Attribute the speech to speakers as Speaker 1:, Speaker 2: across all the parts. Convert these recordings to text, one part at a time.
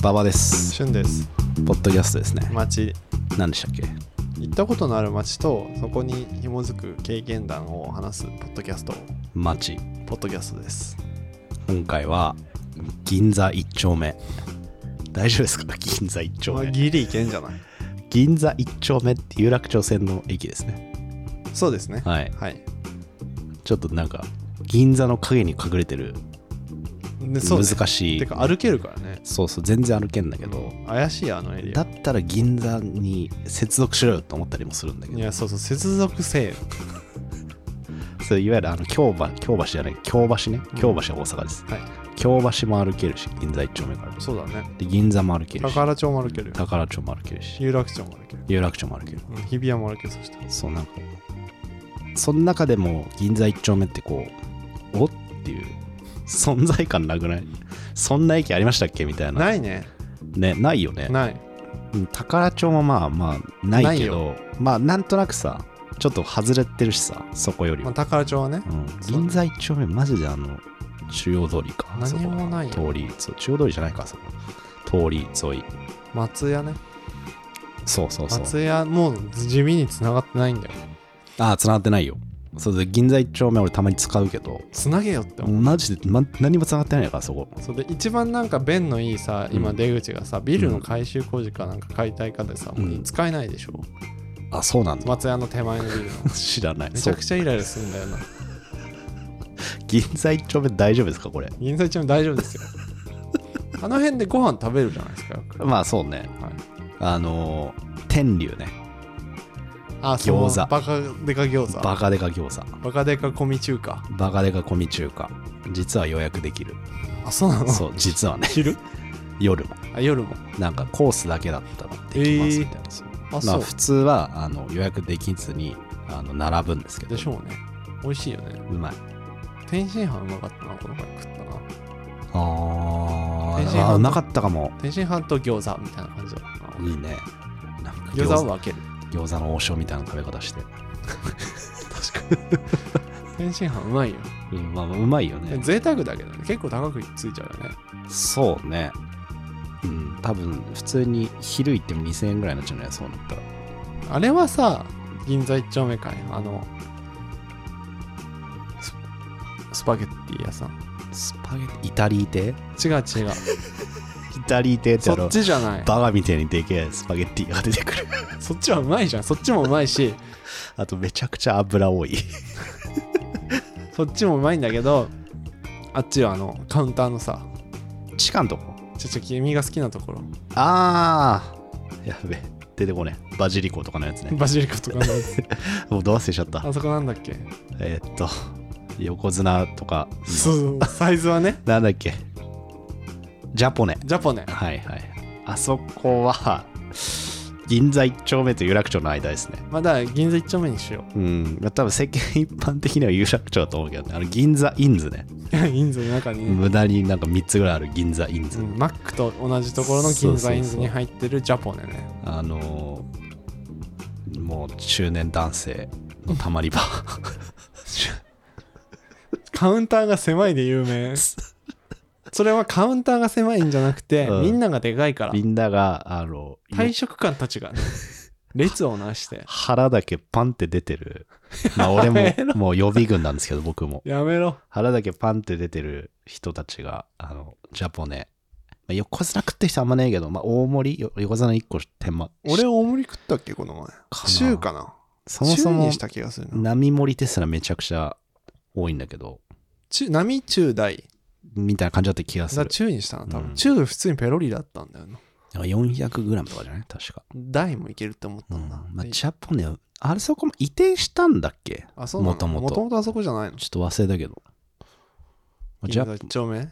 Speaker 1: 馬場です。
Speaker 2: 旬です
Speaker 1: ポッドキャストですね。
Speaker 2: 町
Speaker 1: 何でしたっけ
Speaker 2: 行ったことのある町とそこに紐づく経験談を話すポッドキャスト
Speaker 1: 町。
Speaker 2: ポッドキャストです
Speaker 1: 今回は銀座一丁目。大丈夫 ですか銀座一丁
Speaker 2: まあ
Speaker 1: 目。
Speaker 2: ギリいけんじゃない
Speaker 1: 銀座一丁目って有楽町線の駅ですね。
Speaker 2: そうですね
Speaker 1: はい。
Speaker 2: はい、
Speaker 1: ちょっとなんか銀座の影に隠れてる
Speaker 2: でそう
Speaker 1: 難
Speaker 2: ね
Speaker 1: しい。
Speaker 2: てか歩けるからね
Speaker 1: そうそう、全然歩けんだけど。
Speaker 2: うん怪しいあのエリ
Speaker 1: だ
Speaker 2: ア
Speaker 1: ったら銀座に接続しろよと思ったりもするんだけ
Speaker 2: い
Speaker 1: ど
Speaker 2: やそうそう接続性
Speaker 1: それいわゆるあの京橋京橋じゃない京橋ね京橋は大阪です、
Speaker 2: はい
Speaker 1: 京橋も歩けるし銀座一丁目から
Speaker 2: そうだね
Speaker 1: で銀座も歩ける
Speaker 2: 高
Speaker 1: し
Speaker 2: 原町も歩けるよ
Speaker 1: 宝原町も歩けるし
Speaker 2: 有楽町も歩ける
Speaker 1: 有楽町も歩ける
Speaker 2: うん日比谷も歩けるそして
Speaker 1: そうなんかその中でも銀座一丁目ってこうおっていう存在感なくないそんな駅ありましたっけみたいな
Speaker 2: ないね
Speaker 1: ねないよね
Speaker 2: ない
Speaker 1: うん宝町もまあまあないけどまあなんとなくさちょっと外れてるしさそこより
Speaker 2: まあ
Speaker 1: も、
Speaker 2: 宝町はね
Speaker 1: うん、
Speaker 2: そう
Speaker 1: 銀座一丁目マジであの中央通りか
Speaker 2: 何
Speaker 1: そこ
Speaker 2: もないよ
Speaker 1: 通りそう中央通りじゃないかあそこ通り沿い
Speaker 2: 松屋ね
Speaker 1: そうそうそう
Speaker 2: 松屋もう地味に繋がってないんだよ
Speaker 1: ああ、繋がってないよ。そうで、銀座一丁目俺たまに使うけど、
Speaker 2: 繋げよって思う
Speaker 1: マジで、ま、何も繋がってないから、そこ。
Speaker 2: そうで一番なんか便のいいさ今
Speaker 1: うん
Speaker 2: 出口がさ、ビルの改修工事かなんか解体かでさ、
Speaker 1: うん
Speaker 2: もう使えないでしょ
Speaker 1: あ、そうなんだ。
Speaker 2: 松屋の手前のビルの
Speaker 1: 知らない。
Speaker 2: めち ゃ
Speaker 1: そ
Speaker 2: くちゃイライラするんだよな
Speaker 1: う銀座一丁目大丈夫ですか、これ。
Speaker 2: 銀座ちゃん大丈夫 ですよあの辺でご飯食べるじゃないですかよく
Speaker 1: まあ、そうね。
Speaker 2: はい
Speaker 1: あのー天竜ね。
Speaker 2: あその
Speaker 1: 餃子
Speaker 2: バカデカ餃子
Speaker 1: バカデカ餃子。
Speaker 2: バカデカ込み中華
Speaker 1: バカデカ込み中華。実は予約できる。
Speaker 2: あそうなの
Speaker 1: そう、実はね。
Speaker 2: 昼
Speaker 1: 夜も。
Speaker 2: あ夜も
Speaker 1: なんかコースだけだったらできますみたいな。そう
Speaker 2: あ
Speaker 1: ま
Speaker 2: そ
Speaker 1: あ、
Speaker 2: う
Speaker 1: 普通はあの予約できずにあの並ぶんですけど。
Speaker 2: でしょうね美味しいよね
Speaker 1: うまい。
Speaker 2: 天津飯うまかったなこの前食ったな
Speaker 1: あ
Speaker 2: 天津
Speaker 1: ー
Speaker 2: 飯
Speaker 1: あー、なかったかも。
Speaker 2: 天津飯と餃子みたいな感じだったない
Speaker 1: いね。なんか
Speaker 2: 餃子を分ける
Speaker 1: 餃子の王将みたいな食べ方して。
Speaker 2: 天津飯うまいよ
Speaker 1: うん、まあ、うまいよね。
Speaker 2: 贅沢だけどね結構高くついちゃうよね
Speaker 1: そうね。うん、多分普通に昼行っても2000円ぐらいになっちゃうね、そうなったら。
Speaker 2: あれはさ銀座一丁目かいあのススパゲッティ屋さん
Speaker 1: スパゲッティ、イタリー亭イ
Speaker 2: 違う 違う
Speaker 1: タリー亭って
Speaker 2: そ
Speaker 1: あ
Speaker 2: っ
Speaker 1: の、
Speaker 2: ちじゃない
Speaker 1: バカみたいにでけえスパゲッティが出てくる。
Speaker 2: そっちはうまいじゃんそっちもうまいし
Speaker 1: あとめちゃくちゃ油多い。
Speaker 2: そっちもうまいんだけどあっちはあのカウンターのさ
Speaker 1: 地下んとこ
Speaker 2: ちょちょ君が好きなところ
Speaker 1: あー、やべえ。出てこねえ。バジリコとかのやつ ね。
Speaker 2: バジリコとかの やつ
Speaker 1: もうど忘れしちゃった。
Speaker 2: あそこなんだっけ
Speaker 1: えーっと、横綱とか、
Speaker 2: そうサイズはね
Speaker 1: なんだっけ。ジャポネ。
Speaker 2: ジャポネ
Speaker 1: はいはい。あそこは、銀座1丁目と有楽町の間ですね。
Speaker 2: まあだから銀座一丁目にしよ
Speaker 1: うん。多分世間一般的には有楽町だと思うけどね。あの銀座インズね。
Speaker 2: う 銀座の中に、
Speaker 1: 無駄になんか3つぐらいある銀座インズ。
Speaker 2: うんマックと同じところの銀座インズに入ってるジャポネね
Speaker 1: あのーもう中年男性のたまり場。
Speaker 2: カウンターが狭いで有名それはカウンターが狭いんじゃなくて、
Speaker 1: うん
Speaker 2: みんながでかいから
Speaker 1: みんなが、あの、
Speaker 2: 退職官たちがね列をなして
Speaker 1: 腹だけパンって出てる。まあ俺 も
Speaker 2: やめろ、
Speaker 1: もう予備軍なんですけど、僕も。
Speaker 2: やめろ
Speaker 1: 腹だけパンって出てる人たちが、あの、ジャポネ。まあ、横綱食ってる人あんまねえけど、まあ、大盛り、よ横綱1個手間。
Speaker 2: 俺大盛り食ったっけこの前
Speaker 1: かな
Speaker 2: 週かな
Speaker 1: そもそ
Speaker 2: 中
Speaker 1: も
Speaker 2: にし、た気がするな
Speaker 1: 並盛りですらめちゃくちゃ多いんだけど、
Speaker 2: 中波中大
Speaker 1: みたいな感じだった気がす
Speaker 2: だ
Speaker 1: る。
Speaker 2: 中にしたな多分、
Speaker 1: うん
Speaker 2: 中普通にペロリだったんだよな
Speaker 1: 400グラムとかじゃない確か。
Speaker 2: 大もいけるって思っ
Speaker 1: う
Speaker 2: た
Speaker 1: ん
Speaker 2: んだ、
Speaker 1: まあ、
Speaker 2: で
Speaker 1: ジャポネ、あれそこも移転したんだっけ
Speaker 2: あそうなの
Speaker 1: もともと
Speaker 2: もともとあそこじゃないの
Speaker 1: ちょっと忘れたけど。まあジ
Speaker 2: 銀
Speaker 1: ャ
Speaker 2: 座
Speaker 1: ポ
Speaker 2: 一丁目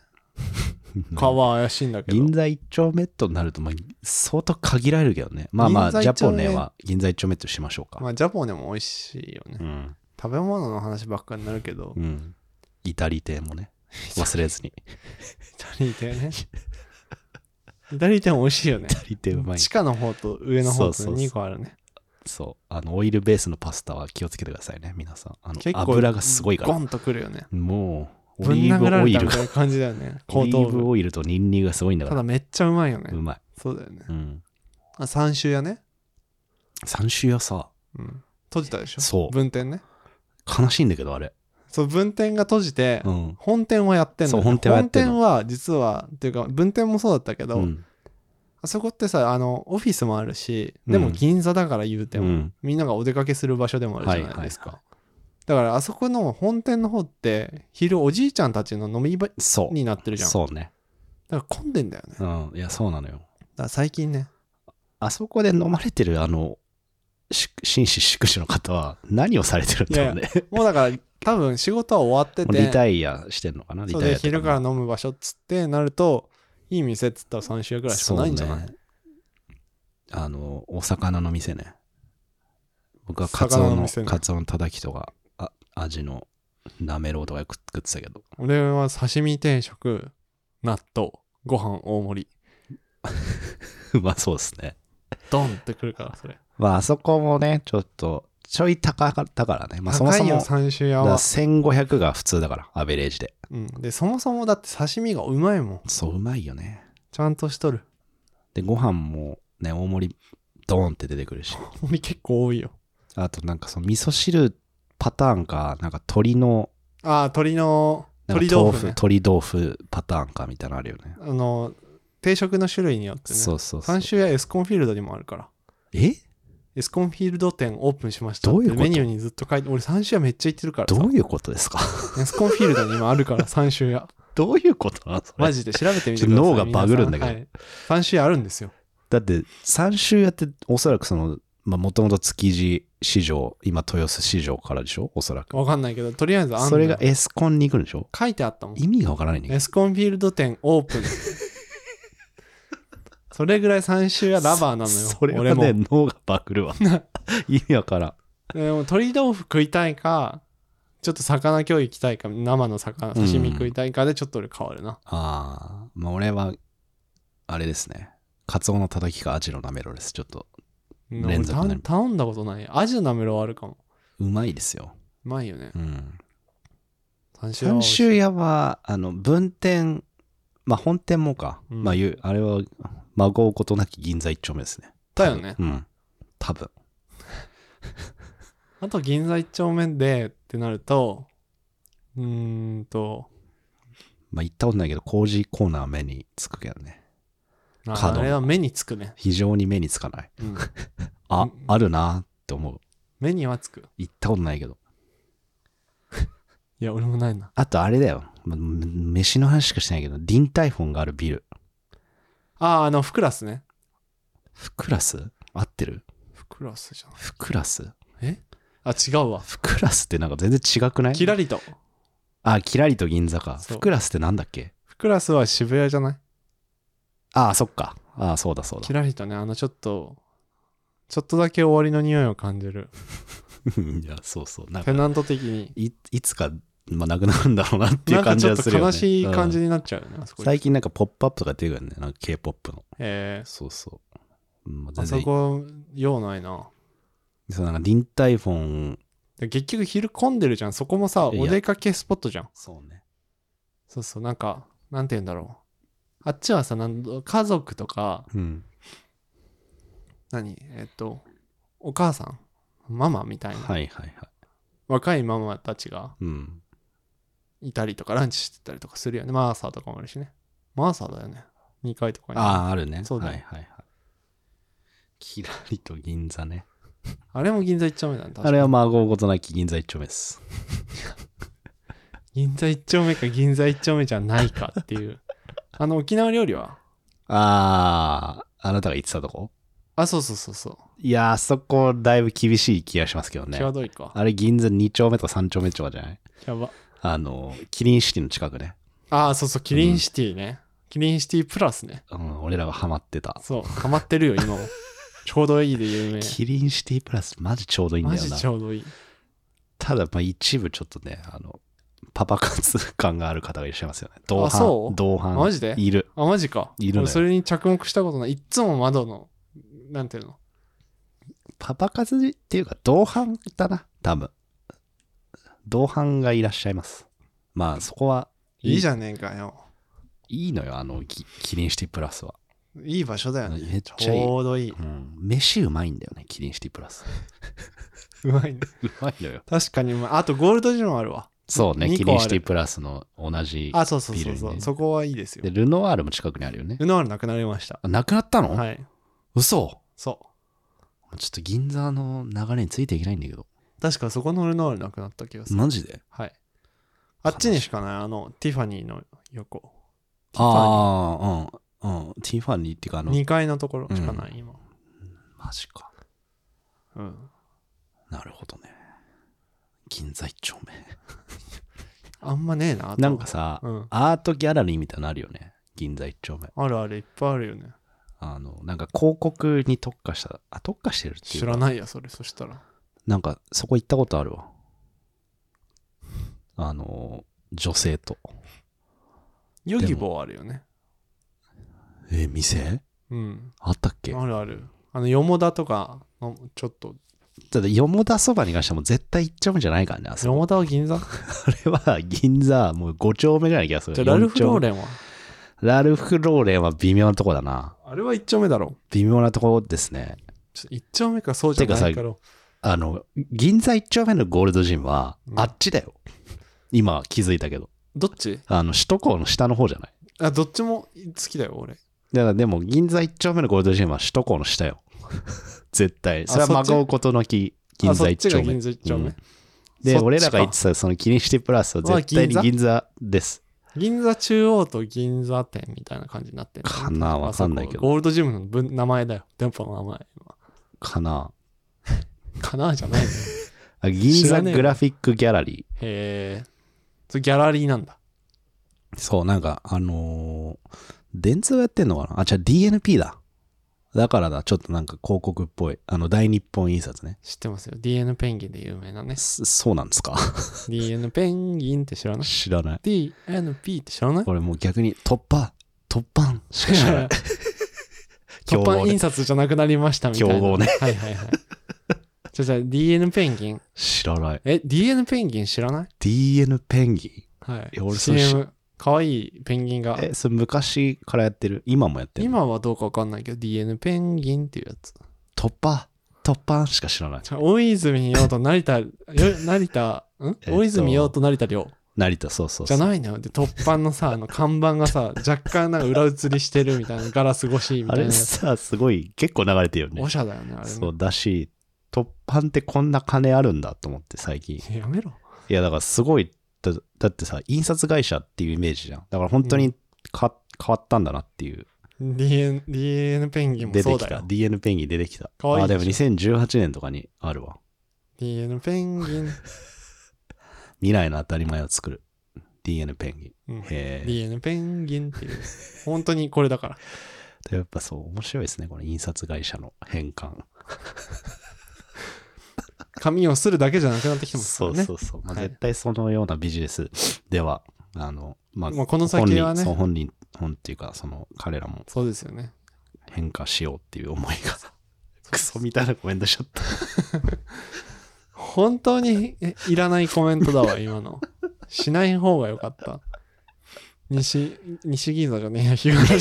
Speaker 2: 顔は怪しいんだけど
Speaker 1: 銀座一丁目となると、まあ、相当限られるけどね。まあまあ、
Speaker 2: 銀座
Speaker 1: ジャ
Speaker 2: 一丁
Speaker 1: ポ
Speaker 2: 目
Speaker 1: ネは銀座一丁目としましょうか。
Speaker 2: まあジャポネも美味しいよね、
Speaker 1: うん。
Speaker 2: 食べ物の話ばっかりになるけど、
Speaker 1: うん。イタリ亭も ね、忘れずに。イ
Speaker 2: イタリー亭ね。イタリー亭も美味しいよね。
Speaker 1: タリ亭うまい
Speaker 2: 地。下の方と上の方
Speaker 1: そうそ
Speaker 2: と
Speaker 1: うそう
Speaker 2: 2個あるね。
Speaker 1: そう。あの、オイルベースのパスタは気をつけてくださいね、皆さん。あの
Speaker 2: 結構
Speaker 1: 油がすごいか
Speaker 2: ゴ
Speaker 1: ら。
Speaker 2: ンとくるよね。
Speaker 1: もう、オ
Speaker 2: ぶん
Speaker 1: リーブ
Speaker 2: 殴ら
Speaker 1: オ
Speaker 2: れ
Speaker 1: イ
Speaker 2: たみ
Speaker 1: ル
Speaker 2: たいな感じだよね
Speaker 1: オ
Speaker 2: 後
Speaker 1: リ
Speaker 2: 頭
Speaker 1: ーブ
Speaker 2: 部
Speaker 1: オイルとニンニクがすごいんだ
Speaker 2: た
Speaker 1: か
Speaker 2: だめっちゃうまいよ
Speaker 1: ら
Speaker 2: ね
Speaker 1: うまい、
Speaker 2: そうだよね
Speaker 1: うん、
Speaker 2: あ三種やね
Speaker 1: 三種屋さ
Speaker 2: うん閉じたでしょ
Speaker 1: そう
Speaker 2: 分店ね
Speaker 1: 悲しいんだけどあれ、
Speaker 2: そう分店が閉じて、
Speaker 1: うん
Speaker 2: 本店はやってんの
Speaker 1: そう本店はやってんの
Speaker 2: 本店は実はっていうか分店もそうだったけ
Speaker 1: う
Speaker 2: ど、
Speaker 1: ん
Speaker 2: あそこってさあのオフィスもあるし
Speaker 1: うん
Speaker 2: でも銀座だから言うても、
Speaker 1: うん
Speaker 2: みんながお出かけする場所でもあるじゃないですか、
Speaker 1: はい
Speaker 2: だからあそこの本店の方って昼おじいちゃんたちの飲み場
Speaker 1: そ
Speaker 2: になってる
Speaker 1: う
Speaker 2: じゃん
Speaker 1: そうね
Speaker 2: だから混んでんだよねだか
Speaker 1: うんいやそうなのよ
Speaker 2: ら最近ね
Speaker 1: あそこで飲まれてるあのし紳士宿主の方は何をされてるんだろうね
Speaker 2: もうだから多分仕事は終わって
Speaker 1: もうリ
Speaker 2: て
Speaker 1: タイアしてんのかなリ
Speaker 2: そ
Speaker 1: タ
Speaker 2: う
Speaker 1: イア
Speaker 2: で
Speaker 1: っていう
Speaker 2: 昼から飲む場所っつってなるといい店っつったら3週ぐらいしかないんじゃない、
Speaker 1: そうねあのお魚の店ね僕はカツ
Speaker 2: 魚
Speaker 1: オ
Speaker 2: の
Speaker 1: の
Speaker 2: 店ね
Speaker 1: カツオのたたきとかあ味のなめろうとかよく食ってたけど
Speaker 2: 俺は刺身定食納豆ご飯大盛り
Speaker 1: うまそうですね
Speaker 2: ドンってくるからそれ
Speaker 1: まああそこもねちょっとちょい高かったからねまあそも
Speaker 2: 高
Speaker 1: そ
Speaker 2: いよ
Speaker 1: も
Speaker 2: 三種屋
Speaker 1: だから
Speaker 2: は、
Speaker 1: 1500が普通だからアベレージで
Speaker 2: うん、でそもそもだって刺身がうまいもん
Speaker 1: そううまいよね
Speaker 2: ちゃんとしとる
Speaker 1: でご飯もね大盛りドーンって出てくるし
Speaker 2: 大盛り結構多いよ
Speaker 1: あとなんかその味噌汁パターンかなんか鶏の
Speaker 2: ああ鶏の
Speaker 1: なんか
Speaker 2: 鶏豆腐、ね、
Speaker 1: 鶏豆腐パターンかみたいなのあるよね
Speaker 2: あの定食の種類によってね
Speaker 1: そうそうそう
Speaker 2: 三種屋エスコンフィールドにもあるから
Speaker 1: え
Speaker 2: エスコンフィールド店オープンしましたって
Speaker 1: どういうこと
Speaker 2: メニューにずっと書いて俺三種屋めっちゃ行ってるからさ
Speaker 1: どういうことですか
Speaker 2: エスコンフィールドに今あるから三種屋
Speaker 1: どういうことなのそれ
Speaker 2: マジで調べてみてください
Speaker 1: ちょっと脳がバグるんだけど
Speaker 2: 皆さんはい、3種屋あるんですよ
Speaker 1: だって3週やっておそらくそのもともと築地市場今豊洲市場からでしょおそらく
Speaker 2: わかんないけどとりあえずあんのよ
Speaker 1: それがエスコンに行くんでしょ
Speaker 2: 書いてあったもん
Speaker 1: 意味がわからないんだけ
Speaker 2: エスコンフィールド店オープン それぐらい三週は
Speaker 1: ど
Speaker 2: ラバーなのよ
Speaker 1: そそれ
Speaker 2: 俺
Speaker 1: は
Speaker 2: も
Speaker 1: ね脳がバグる わ意味わからん
Speaker 2: でも鶏豆腐食いたいかちょっと魚今日行きたいか生の魚刺身食いたいかでちょっと俺変わるな、
Speaker 1: ああ、まあ俺は、あれですね。カツオのたたきかアジのなめろうです。ちょっと、
Speaker 2: うん、
Speaker 1: 連
Speaker 2: 俺
Speaker 1: 続
Speaker 2: た
Speaker 1: なる
Speaker 2: 頼んだことないアジのなめろうあるかも
Speaker 1: うまいですよ。
Speaker 2: うまいよね
Speaker 1: うん。
Speaker 2: 三週は美
Speaker 1: 三
Speaker 2: 味しい
Speaker 1: 州屋は、あの、分店、まあ本店もか。
Speaker 2: うん
Speaker 1: まあ言う、あれは、まごうことなき銀座一丁目ですね。
Speaker 2: だよね
Speaker 1: うん。多分。
Speaker 2: あと銀座一丁目でってなるとうーんと
Speaker 1: まあ行ったことないけど、工事コーナーは目につくけどね。角
Speaker 2: あ
Speaker 1: の
Speaker 2: あれは目につくね、
Speaker 1: 非常に目につかない。
Speaker 2: うん、う
Speaker 1: あ
Speaker 2: ん、
Speaker 1: あるなーって思う。
Speaker 2: 目にはつく
Speaker 1: 行ったことないけど。
Speaker 2: いや俺もないな
Speaker 1: あとあれだよ。まめ飯の話しかしてないけど、ディンタイフォンがあるビル。
Speaker 2: あああのフクラスね
Speaker 1: フクラス合ってる
Speaker 2: フクラスじゃん
Speaker 1: フクラス
Speaker 2: あ違うわ
Speaker 1: フクラスってなんか全然違くない
Speaker 2: キラリと
Speaker 1: あ、キラリと銀座か。
Speaker 2: そう
Speaker 1: フクラスってなんだっけ
Speaker 2: フクラスは渋谷じゃない
Speaker 1: ああ、そっか。ああ、そうだそうだ
Speaker 2: キ。ラリとねあのちょっとちょっとだけ終わりの匂いを感じる
Speaker 1: いや、そうそう。なん
Speaker 2: ペ
Speaker 1: か
Speaker 2: ナント的に
Speaker 1: いいつか、まあ、なくなるんだろうなってい
Speaker 2: な
Speaker 1: うん
Speaker 2: か
Speaker 1: 感
Speaker 2: ち
Speaker 1: じ
Speaker 2: ょ
Speaker 1: は
Speaker 2: っ
Speaker 1: す
Speaker 2: と
Speaker 1: るよ、ね。
Speaker 2: 悲しい感じ
Speaker 1: うん
Speaker 2: になっちゃうよね、あそこ
Speaker 1: 最近なんかポップアップとか出てくるよね。なんか K-POP の。
Speaker 2: え
Speaker 1: そうそう。うんまあ
Speaker 2: ー、
Speaker 1: 全
Speaker 2: あそ
Speaker 1: 然
Speaker 2: こ用ないな
Speaker 1: そうなんかリンタイフォン、
Speaker 2: で結局昼混んでるじゃんそこもさ
Speaker 1: いや
Speaker 2: お出かけスポットじゃん
Speaker 1: そうね。
Speaker 2: そうそうなんかなんて言うんだろうあっちはさなん家族とか
Speaker 1: うん。
Speaker 2: 何えっとお母さんママみたいな、
Speaker 1: はいはいはい。
Speaker 2: 若いママたちが
Speaker 1: うん。
Speaker 2: いたりとかランチしてたりとかするよねマーサーとかもあるしねマーサーだよね2階とかにあ
Speaker 1: ああ、あるね。
Speaker 2: そうだよ
Speaker 1: はいはいはい。キラリと銀座ね。
Speaker 2: れも銀座一丁目なんだ
Speaker 1: あれは孫ごとなき銀座一丁目です。
Speaker 2: 銀座一丁目か銀座一丁目じゃないかっていう あの沖縄料理は
Speaker 1: ああ、あなたが言ってたとこ
Speaker 2: あそうそうそうそ
Speaker 1: いやー、あそこだいぶ厳しい気がしますけど
Speaker 2: う
Speaker 1: ね。
Speaker 2: 際どいか
Speaker 1: あれ銀座2丁目とか3丁目とかじゃない
Speaker 2: やば
Speaker 1: あの、キリンシティの近くね。
Speaker 2: ああそうそうキリンシティね、キリンシティプラスね
Speaker 1: うん、俺らはハマってた。
Speaker 2: そうハマってるよ 今もちょうどいいで有名
Speaker 1: キリンシティプラス、マジちょうどいいん
Speaker 2: マ
Speaker 1: だよ
Speaker 2: ジ
Speaker 1: な
Speaker 2: ち。ょうどいい
Speaker 1: ただ、まあ一部ちょっとね、あの、パパ活感がある方がいらっしゃいますよね。同
Speaker 2: あそ
Speaker 1: 伴、
Speaker 2: う
Speaker 1: 同伴。
Speaker 2: マジで
Speaker 1: いる。
Speaker 2: あマジか
Speaker 1: いるのよ
Speaker 2: 俺それに着目したことないいっつも窓のなんていうの
Speaker 1: パパ活っていうか、同伴だな、多分。同伴がいらっしゃいます。まあ、そこは、
Speaker 2: いいじゃねえかよ。
Speaker 1: いいのよ、あの、きキリンシティプラスは。
Speaker 2: いい場所だよね。
Speaker 1: めっ
Speaker 2: ち
Speaker 1: ちゃいい
Speaker 2: ょうどいい。
Speaker 1: うん。飯うまいんだよね、キリンシティプラス。
Speaker 2: うまいね。
Speaker 1: うまいのよ。
Speaker 2: 確かにうまい。あと、ゴールドジムあるわ。
Speaker 1: そうね、キ
Speaker 2: 二個ある
Speaker 1: リンシティプラスの同じ。
Speaker 2: あ、そうそうそう
Speaker 1: ビー
Speaker 2: そ
Speaker 1: ル
Speaker 2: う。
Speaker 1: ね
Speaker 2: そこはいいですよ
Speaker 1: で、。ルノワールも近くにあるよね。
Speaker 2: ルノワールなくなりました。
Speaker 1: あなくなったの、
Speaker 2: はい。
Speaker 1: 嘘
Speaker 2: そ
Speaker 1: ちょっと銀座の流れについていけないんだけど。
Speaker 2: う。確かそこのルノワールなくなった気がする。
Speaker 1: マジで
Speaker 2: はい。あっちにしかない。あの、ティファニーの横。
Speaker 1: ああ、うん。うん。ティファニーっていうか、あの、
Speaker 2: 2階のところしかない、今。
Speaker 1: マジか。
Speaker 2: うん。
Speaker 1: なるほどね。銀座一丁目。
Speaker 2: あんまねえな。あと
Speaker 1: なんか、さ、
Speaker 2: うん。
Speaker 1: アートギャラリーみたいなのあるよね。銀座一丁目。
Speaker 2: あるある、いっぱいあるよね。
Speaker 1: あの、なんか広告に特化した、あ、特化してるっていう
Speaker 2: 知
Speaker 1: から
Speaker 2: ないや、それ。そしたら。
Speaker 1: なんかそこ行ったことあるわ。あの、女性と。
Speaker 2: ヨギボーあるよね。
Speaker 1: え、店
Speaker 2: うん。
Speaker 1: あったっけだ
Speaker 2: あるある。あの、よもだとかの、ちょっと、
Speaker 1: って、よもだそばに関してはもう絶対行っちゃうんじゃないからね。あそ
Speaker 2: よもだは銀座
Speaker 1: れは銀座、もう5丁目ぐらいの気がする。
Speaker 2: じゃあラルフ・ロー
Speaker 1: ン。
Speaker 2: レンは
Speaker 1: ラルフ・ローレンは微妙なとこだな。
Speaker 2: あれは1丁目だろ。
Speaker 1: 微妙なとこですね。
Speaker 2: ちょ1丁目かそうじゃないかろ。
Speaker 1: あの、銀座1丁目のゴールドジムは、
Speaker 2: うん
Speaker 1: あっちだよ。今気づいたけど。
Speaker 2: どっち
Speaker 1: あの、首都高の下の方じゃない。
Speaker 2: あ、どっちも好きだよ、俺。
Speaker 1: だからでも銀座1丁目のゴールドジムは首都高の下よ。 絶対。それはまごうことのき銀
Speaker 2: あ、
Speaker 1: 座
Speaker 2: そっ
Speaker 1: 1
Speaker 2: ちが
Speaker 1: 丁目
Speaker 2: 銀。座1丁
Speaker 1: う
Speaker 2: 目
Speaker 1: ん。で、
Speaker 2: そっちか
Speaker 1: 俺らが言ってたそのキリンシティプラスは絶対に
Speaker 2: あ銀座
Speaker 1: 銀座です。
Speaker 2: 銀座中央と銀座店みたいな感じになってる
Speaker 1: かなわかんないけ
Speaker 2: あそこ
Speaker 1: ど。
Speaker 2: ゴールドジムの分名前だよ。店舗の名前。
Speaker 1: かな
Speaker 2: かなじゃないのよ。
Speaker 1: あ銀
Speaker 2: 知
Speaker 1: 座
Speaker 2: らねえわ
Speaker 1: グラフィックギャラリ
Speaker 2: へえ。それギャラリーなんだ。
Speaker 1: ー。そう、なんか、あのー電通がやってんのかなあ、じゃ DNP だ。だからだ、ちょっとなんか広告っぽい。あの、大日本印刷ね。。
Speaker 2: 知ってますよ。DN ペンギンで有名な ね
Speaker 1: そそうなんですか
Speaker 2: DN ペンギンって 知らない
Speaker 1: 知らない。
Speaker 2: ?DNP って知らない
Speaker 1: 俺もう逆に突破、突破しか知らない。
Speaker 2: 突
Speaker 1: 強豪
Speaker 2: 版
Speaker 1: ね
Speaker 2: 印刷じゃなくなりましたみたいな。
Speaker 1: 競合ね。
Speaker 2: はいはいはい。じゃあじゃあ DN ペンギン。
Speaker 1: 知らない。
Speaker 2: え、DN ペンギン知らない
Speaker 1: DN ペンギン
Speaker 2: はい
Speaker 1: や俺。それ知
Speaker 2: CM。かわいいペンギンが。
Speaker 1: え、それ昔からやってる今もやってる
Speaker 2: 今はどうかわかんないけど DN ペンギンっていうやつ。
Speaker 1: 突破突破しか知らない。
Speaker 2: じゃあ大泉洋と成 田、よ成田、ん、
Speaker 1: と
Speaker 2: 大泉洋と成田亮。
Speaker 1: 成田、そうそう
Speaker 2: じ
Speaker 1: そ
Speaker 2: ゃ
Speaker 1: う。
Speaker 2: ないのよ。で、突版のさ、あの看板がさ、若干なんか裏写りしてるみたいな、ガラス越しみ
Speaker 1: あ
Speaker 2: たい
Speaker 1: れ
Speaker 2: なやつ。
Speaker 1: さ、すごい、結構流れてるよね
Speaker 2: お。しゃだよね、あれね
Speaker 1: そうだし、突破ってこんな金あるんだと思って最近。
Speaker 2: やめろ。
Speaker 1: いや、だからすごい、だだってさ、印刷会社っていうイメージじゃん。だから本当にか、変わったんだなっていう。
Speaker 2: DN, DN ペンギンも
Speaker 1: 出
Speaker 2: そ
Speaker 1: て
Speaker 2: う
Speaker 1: き
Speaker 2: だ
Speaker 1: た。
Speaker 2: よ。
Speaker 1: DN ペンギン出てきた。
Speaker 2: かわいい
Speaker 1: あ、で
Speaker 2: で
Speaker 1: も
Speaker 2: し
Speaker 1: 2018年とかにあるわ。
Speaker 2: DN ペンギ ン。
Speaker 1: 未来の当たり前を作る。DN ペンギン。
Speaker 2: うん
Speaker 1: へえ。
Speaker 2: DN ペンギンっていう。本当にこれだから。
Speaker 1: やっぱそう、面白いですね。この印刷会社の変換。
Speaker 2: 紙をするだけじゃなくなってきてますか
Speaker 1: そ
Speaker 2: ら
Speaker 1: う
Speaker 2: ね。
Speaker 1: そうそう。まあ、
Speaker 2: はい
Speaker 1: 絶対そのようなビジネスでは、あの、まあ、
Speaker 2: まあこの先は
Speaker 1: 本人
Speaker 2: ね
Speaker 1: そう本人、本っていうか、その彼らも
Speaker 2: そうですよね。
Speaker 1: 変化しようっていう思いが、クソみたいなコメントしちゃった。
Speaker 2: 本当にえいらないコメント だわ、今の。しない方がよかった。西、西銀座じゃね えや、東。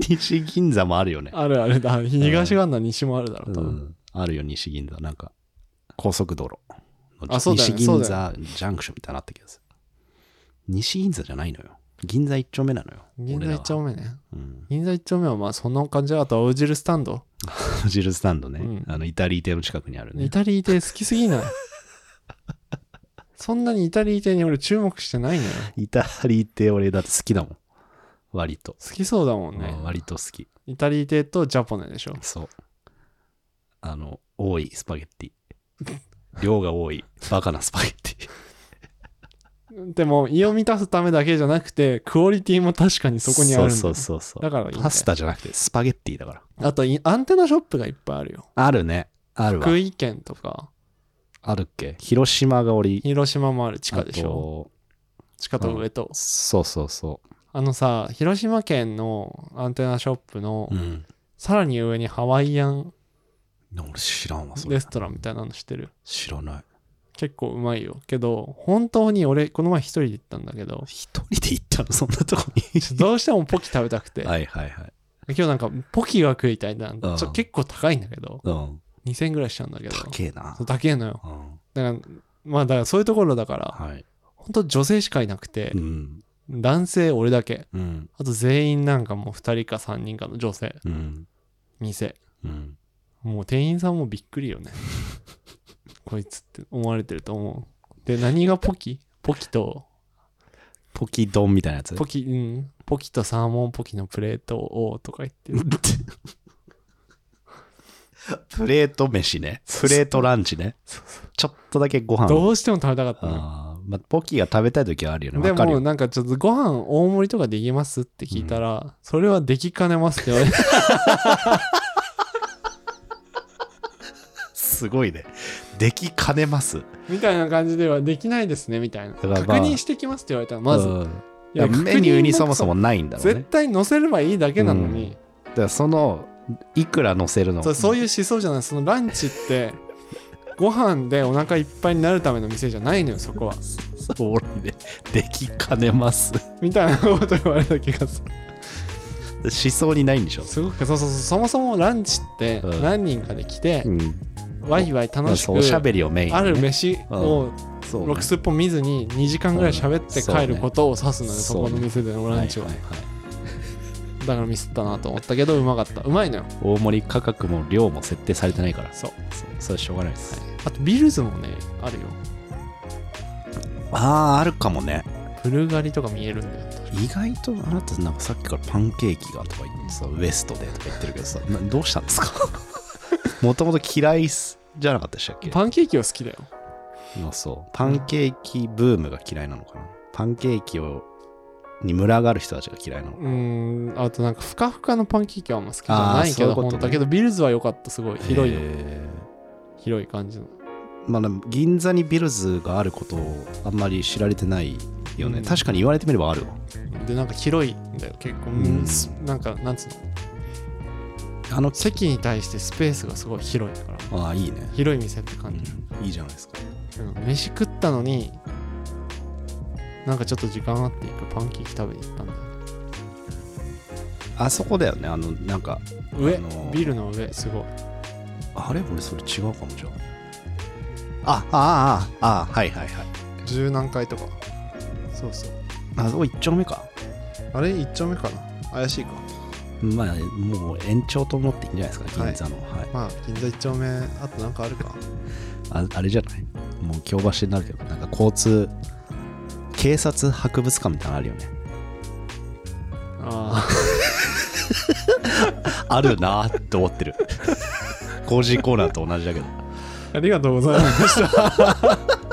Speaker 1: 西銀座もあるよね。
Speaker 2: あるあるだ。 東側の西もあるだろ
Speaker 1: う
Speaker 2: う、多分。
Speaker 1: ん、あるよ、西銀座。なんか、高速道路の。
Speaker 2: あそうだよね
Speaker 1: 西銀座ジャンクションみたいになった気がする。西銀座じゃないのよ。銀座一丁目なのよ。
Speaker 2: 銀
Speaker 1: 俺
Speaker 2: 座
Speaker 1: ら
Speaker 2: 1
Speaker 1: は
Speaker 2: 丁目ね。
Speaker 1: うん。
Speaker 2: 銀座1丁目はまあその感じだと、青汁スタンド。
Speaker 1: ブジルスタンドね。
Speaker 2: うん
Speaker 1: あの、イタリー亭の近くにあるね
Speaker 2: イ。タリー亭好きす ぎないそんなにイタリー亭に俺注目してないのよ。
Speaker 1: イタリー亭俺だって好きだもん。割と。
Speaker 2: 好きそうだもんね
Speaker 1: うん。割と好き。
Speaker 2: イタリー亭とジャポネでしょ。
Speaker 1: そう。あの、多いスパゲッティ。量が多い、バカなスパゲッティ。
Speaker 2: でも胃を満たすためだけじゃなくて、クオリティも確かにそこにあるんだよ
Speaker 1: そうそうそうそう。
Speaker 2: だからいい、ね、
Speaker 1: パスタじゃなくてスパゲッティだから。
Speaker 2: あといアンテナショップがいっぱいあるよ。
Speaker 1: あるね。あるわ
Speaker 2: 福。井県とか、
Speaker 1: あるっけ広島が俺、
Speaker 2: 広島もある地下でしょ。地下と上と
Speaker 1: あと。そうそうそ
Speaker 2: あのさ、広島県のアンテナショップの
Speaker 1: う。う、ん。
Speaker 2: さらに上にハワイアン
Speaker 1: 俺知らんわ、そ
Speaker 2: レ
Speaker 1: れ。
Speaker 2: ストランみたいなのしてる。
Speaker 1: 知らない。、
Speaker 2: 結構うまいよ。けど、本当に俺、この前一人で行ったんだけど
Speaker 1: 一人で行ったのそんなとこ に。
Speaker 2: どうしてもポキ食べたくて、
Speaker 1: はいはいはい。
Speaker 2: 今日なんかポキが食いたいなんて、ち
Speaker 1: う
Speaker 2: ょ
Speaker 1: ん
Speaker 2: っと結構高いんだけど、
Speaker 1: うん。
Speaker 2: 2000円ぐらいしちゃうんだけど、
Speaker 1: 高えな
Speaker 2: そう。高えのよ。
Speaker 1: うん。
Speaker 2: だから、まあだからそういうところだから、
Speaker 1: はい。
Speaker 2: 本当女性しかいなくて
Speaker 1: う、ん。
Speaker 2: 男性俺だけ。
Speaker 1: うん。
Speaker 2: あと全員なんかもう2人か3人かの女性、
Speaker 1: うん。
Speaker 2: 店。
Speaker 1: うん。
Speaker 2: もう店員さんもびっくり よね。こいつって思われてると思う。で、何がポキポキと、
Speaker 1: ポキ丼みたいなやつ。
Speaker 2: ポキ、うん、ポキとサーモンポキのプレートをとか 言って、
Speaker 1: プレート飯ね。プレートランチね。ちょっとだけご飯。
Speaker 2: どうしても食べたかったの。
Speaker 1: ああ、まあ、ポキが食べたい時はあるよね。
Speaker 2: で
Speaker 1: わかる
Speaker 2: も
Speaker 1: よ。
Speaker 2: なんかちょっとご飯大盛りとかできますって聞いたら、それはできかねますって言われて
Speaker 1: すごいね。できかねます。
Speaker 2: みたいな感じではできないですねみたいな
Speaker 1: からまあ
Speaker 2: 確認してきますって言われたのまず、
Speaker 1: うん
Speaker 2: いや
Speaker 1: メニューにそもそ
Speaker 2: も
Speaker 1: もないんだろう
Speaker 2: 絶
Speaker 1: ね。
Speaker 2: 対載せればいいだけなのに、
Speaker 1: だからその、いくら乗せるの
Speaker 2: そうそういう思想じゃないそのランチってご飯でお腹いっぱいになるための店じゃないのよそこは
Speaker 1: そう俺ね、できかねます。
Speaker 2: みたいなこと言われた気がする
Speaker 1: 思想にないんでしょ。
Speaker 2: すごくそうそうそうそもそもランチって
Speaker 1: うん
Speaker 2: 何人かで来て、
Speaker 1: うん。
Speaker 2: ワイワイ楽し
Speaker 1: そうおしゃ
Speaker 2: く
Speaker 1: べりをメインにね
Speaker 2: ある飯を
Speaker 1: そうね
Speaker 2: 6すっぽ見ずに2時間ぐらい喋って帰ることを指すのよ、
Speaker 1: うん
Speaker 2: そ
Speaker 1: そうね
Speaker 2: この店でのランチは,、
Speaker 1: いいい
Speaker 2: だからミスったなと思ったけどうまかったうまいのよ
Speaker 1: 大盛り価格も量も設定されてないから。
Speaker 2: そう
Speaker 1: そうそれはしょうがないです。
Speaker 2: あとビルズもねあるよ
Speaker 1: ああ、あるかもね。
Speaker 2: ブルガリとか見えるんだよ
Speaker 1: 意外とあなたなんかさっきからパンケーキがとか言ってさウエストでとか言ってるけどさなどうしたんですか もともと嫌いっすじゃなかったでしたっけ
Speaker 2: パンケーキは好きだよ
Speaker 1: まあそうパンケーキブームが嫌いなのかなパンケーキをに群がる人たちが嫌いなの
Speaker 2: うーんあとなんかふかふかのパンケーキはあんま好きじゃないけ
Speaker 1: あーそういう
Speaker 2: ど
Speaker 1: ことね
Speaker 2: 本当だけどビルズは良かったすごい広いの
Speaker 1: え
Speaker 2: 広い感じの
Speaker 1: ーまあでも銀座にビルズがあることをあんまり知られてないよね、
Speaker 2: うん
Speaker 1: 確かに言われてみればあるわ
Speaker 2: でなんか広いんだよ結構、
Speaker 1: ん
Speaker 2: うんすなんかなんつうの
Speaker 1: あの
Speaker 2: 席に対してスペースがすごい広いだから
Speaker 1: ああいいね、
Speaker 2: 広い店って感じ、
Speaker 1: うんいいじゃないですか
Speaker 2: うん飯食ったのになんかちょっと時間あって一回パンケーキ食べに行ったんだよ
Speaker 1: あそこだよねあのなんか
Speaker 2: 上、
Speaker 1: あのー
Speaker 2: ビルの上すごい
Speaker 1: あれ俺それ違うかもじゃあ。あ、ああ、ああ、はいはいはい。
Speaker 2: 十何階とかそうそう
Speaker 1: あそこ1丁目か。
Speaker 2: あれ1丁目かな怪しいか
Speaker 1: まあ、もう延長と思っていいんじゃないですか、
Speaker 2: はい
Speaker 1: 銀座の。はい。
Speaker 2: まあ銀座1丁目あとなんかあるか
Speaker 1: ああれじゃないもう京橋になるけど、なんか交通、警察博物館みたいなのあるよね。
Speaker 2: あ
Speaker 1: ある なーって思ってる。工事コーナーと同じだけど。
Speaker 2: あありがとうございました